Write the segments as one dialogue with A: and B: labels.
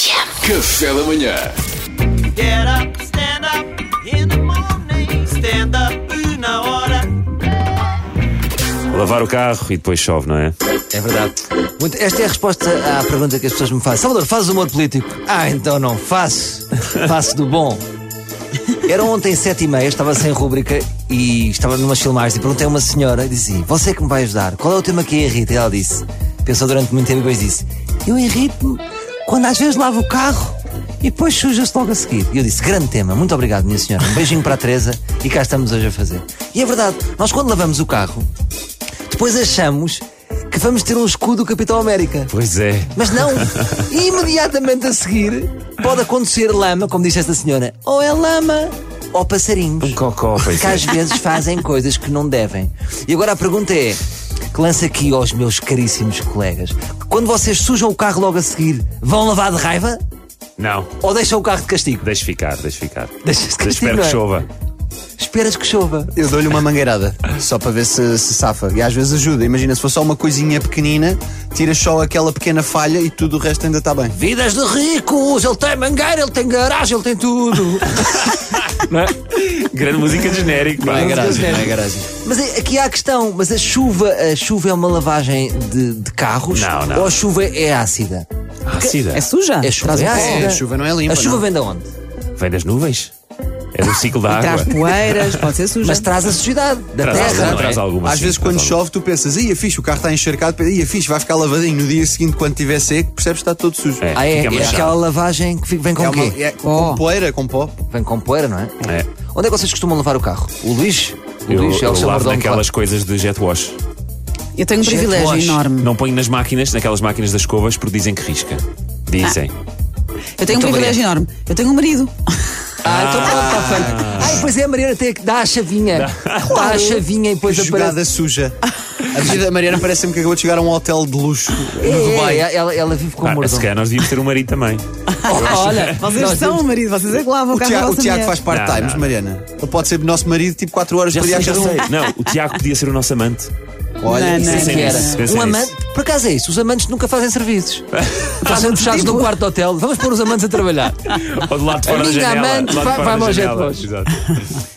A: Café da manhã.
B: Get up, stand up in the morning. Stand up na hora.
C: Lavar o carro e depois chove, não é?
D: É verdade. Muito- esta é a resposta à pergunta que as pessoas me fazem. Salvador, fazes humor político? Ah, então não, faço. faço do bom. Era ontem sete e meia, estava sem rúbrica e estava numas filmagens e perguntei a uma senhora e disse, assim, você que me vai ajudar, qual é o tema que a irrita? E ela disse, pensou durante muito tempo e depois disse, eu irrito-me quando às vezes lavo o carro e depois suja-se logo a seguir. E eu disse, grande tema, muito obrigado minha senhora, um beijinho para a Teresa e cá estamos hoje a fazer. E é verdade, nós quando lavamos o carro, depois achamos que vamos ter um escudo do Capitão América.
C: Pois é.
D: Mas não! Imediatamente a seguir pode acontecer lama, como disse esta senhora, ou é lama ou passarinhos.
C: Cocó, pois
D: Que
C: é.
D: às vezes fazem coisas que não devem. E agora a pergunta é: que lanço aqui aos meus caríssimos colegas, que quando vocês sujam o carro logo a seguir, vão lavar de raiva
C: Não,
D: ou deixam o carro de castigo?
C: deixa ficar, deixa ficar.
D: Deixa-se castigo,
C: Espero
D: não
C: que
D: é?
C: chova.
D: Esperas que chova.
E: Eu dou-lhe uma mangueirada, só para ver se, se safa. E às vezes ajuda. Imagina, se for só uma coisinha pequenina, tiras só aquela pequena falha e tudo o resto ainda está bem.
D: Vidas de ricos! Ele tem mangueira, ele tem garagem, ele tem tudo!
C: Não é? Grande música de genérico, pá.
E: não é garagem.
D: Mas é- aqui há a questão, mas a chuva, a chuva é uma lavagem de, de carros?
C: Não, não.
D: Ou a chuva é ácida?
C: Ácida.
F: É suja?
D: A chuva é
E: pó.
D: ácida.
E: É, Ah, a chuva não é limpa,
D: A chuva
E: não.
D: vem de onde?
C: Vem das nuvens. É do ciclo da
F: Traz
C: água.
F: poeiras, pode ser suja.
D: Mas tá traz a sujidade da
C: Traz
D: terra.
C: alguma,
D: não é?
C: traz alguma.
E: Às
C: sim,
E: vezes
C: traz
E: quando
C: alguma.
E: chove tu pensas, ia fixe, o carro está encharcado, ia fixe, vai ficar lavadinho. No dia seguinte, quando estiver seco, percebes que está todo sujo.
C: É.
D: Ah, é?
C: Fica
D: É
C: manchado.
D: aquela lavagem que fica- vem com
E: É
D: o
E: uma-
D: quê?
E: é com,
F: Pó.
E: com poeira, com pó.
D: Vem com poeira, não é?
C: É.
D: Onde é que vocês costumam lavar o carro? O Luís? O
C: Eu,
D: Luís é o
C: eu lavo
D: salvador
C: naquelas coisas de jet wash.
F: Eu tenho um
D: Jet
F: privilégio
D: wash.
F: enorme.
C: Não ponho nas máquinas, naquelas máquinas das escovas, porque dizem que risca. Dizem.
D: Ah,
F: Eu tenho um
D: Então,
F: privilégio enorme. Eu tenho um marido.
D: Ah, então pronto, está feito. Ai, pois é, a Mariana tem que dar a chavinha. Dá a chavinha e depois
E: Jogada
D: aparece.
E: suja. A vida da Mariana parece-me que acabou de chegar a um hotel de luxo no Dubai.
D: É, ela, ela vive com
C: Ah,
D: um
C: se
D: mordomo.
C: calhar nós devíamos ter um marido também.
F: Olha, vocês
D: nós
F: são o marido, vocês é que lavam
E: O
F: o carro da
E: Tiago, o
F: vossa
E: Tiago
F: mulher.
E: faz part-time,
C: Não, não.
E: mas Mariana. Ele pode ser nosso marido tipo 4 horas
C: Já
E: por dia
C: sei,
E: a
C: já
E: cada um.
C: sei. Não, o Tiago podia ser o nosso amante.
E: Olha,
F: Não,
E: isso
F: não,
E: é
D: Sim,
C: Pensem
D: que era.
C: nisso, pensem
D: Um amante,
C: nisso.
D: por acaso é isso, os amantes nunca fazem serviços. fazem tipo. fechados num quarto de hotel, vamos pôr os amantes a trabalhar.
C: Ou do lado de
D: A
C: fora da
D: minha
C: janela.
D: amante
C: do lado de
D: vai-
C: fora
D: vai-me
C: da
D: ao jet
C: janela.
D: wash.
C: Exato.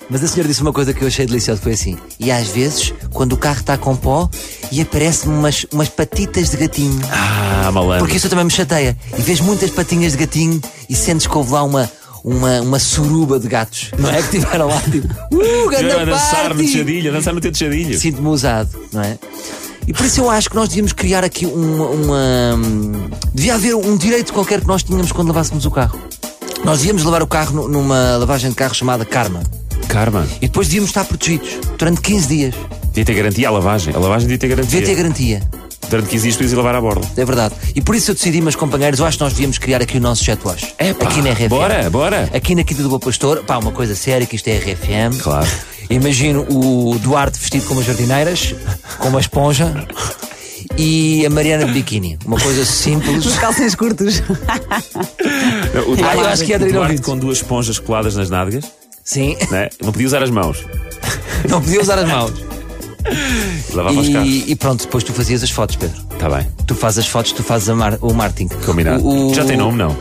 D: Mas a senhora disse uma coisa que eu achei deliciosa: foi assim, e às vezes, quando o carro está com pó e aparecem umas, umas patitas de gatinho,
C: Ah, malandro.
D: porque isso também me chateia, e vês muitas patinhas de gatinho e sentes que houve lá uma. Uma, uma suruba de gatos, não é? Que tiveram lá, tipo, uh,
C: Eu a
D: grande
C: dançar no
D: party!
C: tejadilho, a dançar no teu tejadilho.
D: sinto-me usado, não é? E por isso eu acho que nós devíamos criar aqui uma, uma- Devia haver um direito qualquer que nós tínhamos quando lavássemos o carro. Nós devíamos lavar o carro nu- numa lavagem de carro chamada Karma.
C: Karma.
D: E depois devíamos estar protegidos durante 15 dias.
C: Devia ter garantia à lavagem. A lavagem devia ter garantia.
D: Devia ter garantia,
C: Durante 15 dias podias ir lavar à borda.
D: é verdade. E por isso eu decidi, meus companheiros, eu acho que nós devíamos criar aqui o nosso jet wash.
C: Epá,
D: aqui na RFM.
C: bora, bora.
D: Aqui na Quinta do Bom Pastor. Pá, uma coisa séria, que isto é RFM.
C: Claro.
D: Imagino o Duarte vestido com umas jardineiras, com uma esponja e a Mariana de biquíni. Uma coisa simples.
F: Os calções curtos.
C: Não, o Duarte-
D: eu acho que é ia
C: o
D: aderir ao
C: Duarte
D: vídeo.
C: com duas esponjas coladas nas nádegas,
D: Sim,
C: né? não podia usar as mãos.
D: não podia usar as mãos.
C: Lavava os carros.
D: E, e pronto, depois tu fazias as fotos, Pedro.
C: Está bem,
D: Tu fazes as fotos, tu fazes a mar- o marketing.
C: combinado.
D: O- o-
C: Já tem nome, não?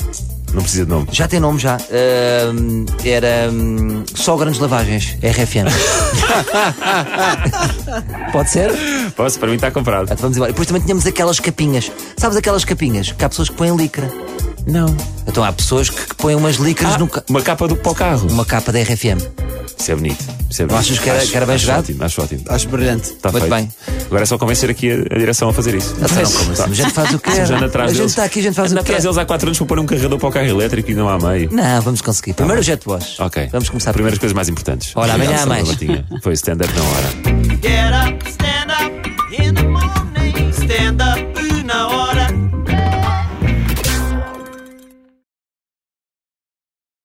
C: Não precisa de nome.
D: Já tem nome já. Ahm, era hum, só grandes lavagens, RFM. Pode ser?
C: Posso? Para mim está comprado.
D: Vamos embora. E depois também tínhamos aquelas capinhas. Sabes aquelas capinhas? Que há pessoas que põem licra.
C: Não.
D: Então há pessoas que, que põem umas licras no ca-
C: Uma capa do para o carro.
D: uma capa da RFM.
C: Isso é bonito. Isso é bonito.
D: achas que era- que era bem
C: acho
D: jogado?
C: Ótimo, acho ótimo.
E: Acho brilhante.
C: Tá
D: Muito
C: feito.
D: bem.
C: Agora é só convencer aqui a, a direção a fazer isso.
D: Ah, tá, não, como assim? A gente faz o que
C: Já anda
D: quer.
C: atrás
D: A gente
C: deles.
D: está aqui, a gente faz
C: Anda
D: o que
C: atrás
D: quer.
C: deles há 4 anos para pôr um carregador para o carro elétrico e não há meio.
D: Não, vamos conseguir. Primeiro o jet wash.
C: Ok.
D: Vamos começar por
C: Primeiras coisas mais importantes.
D: Ora, amanhã há
C: Essa
D: mais.
C: levantinha. Foi stand-up na hora.
B: Get up,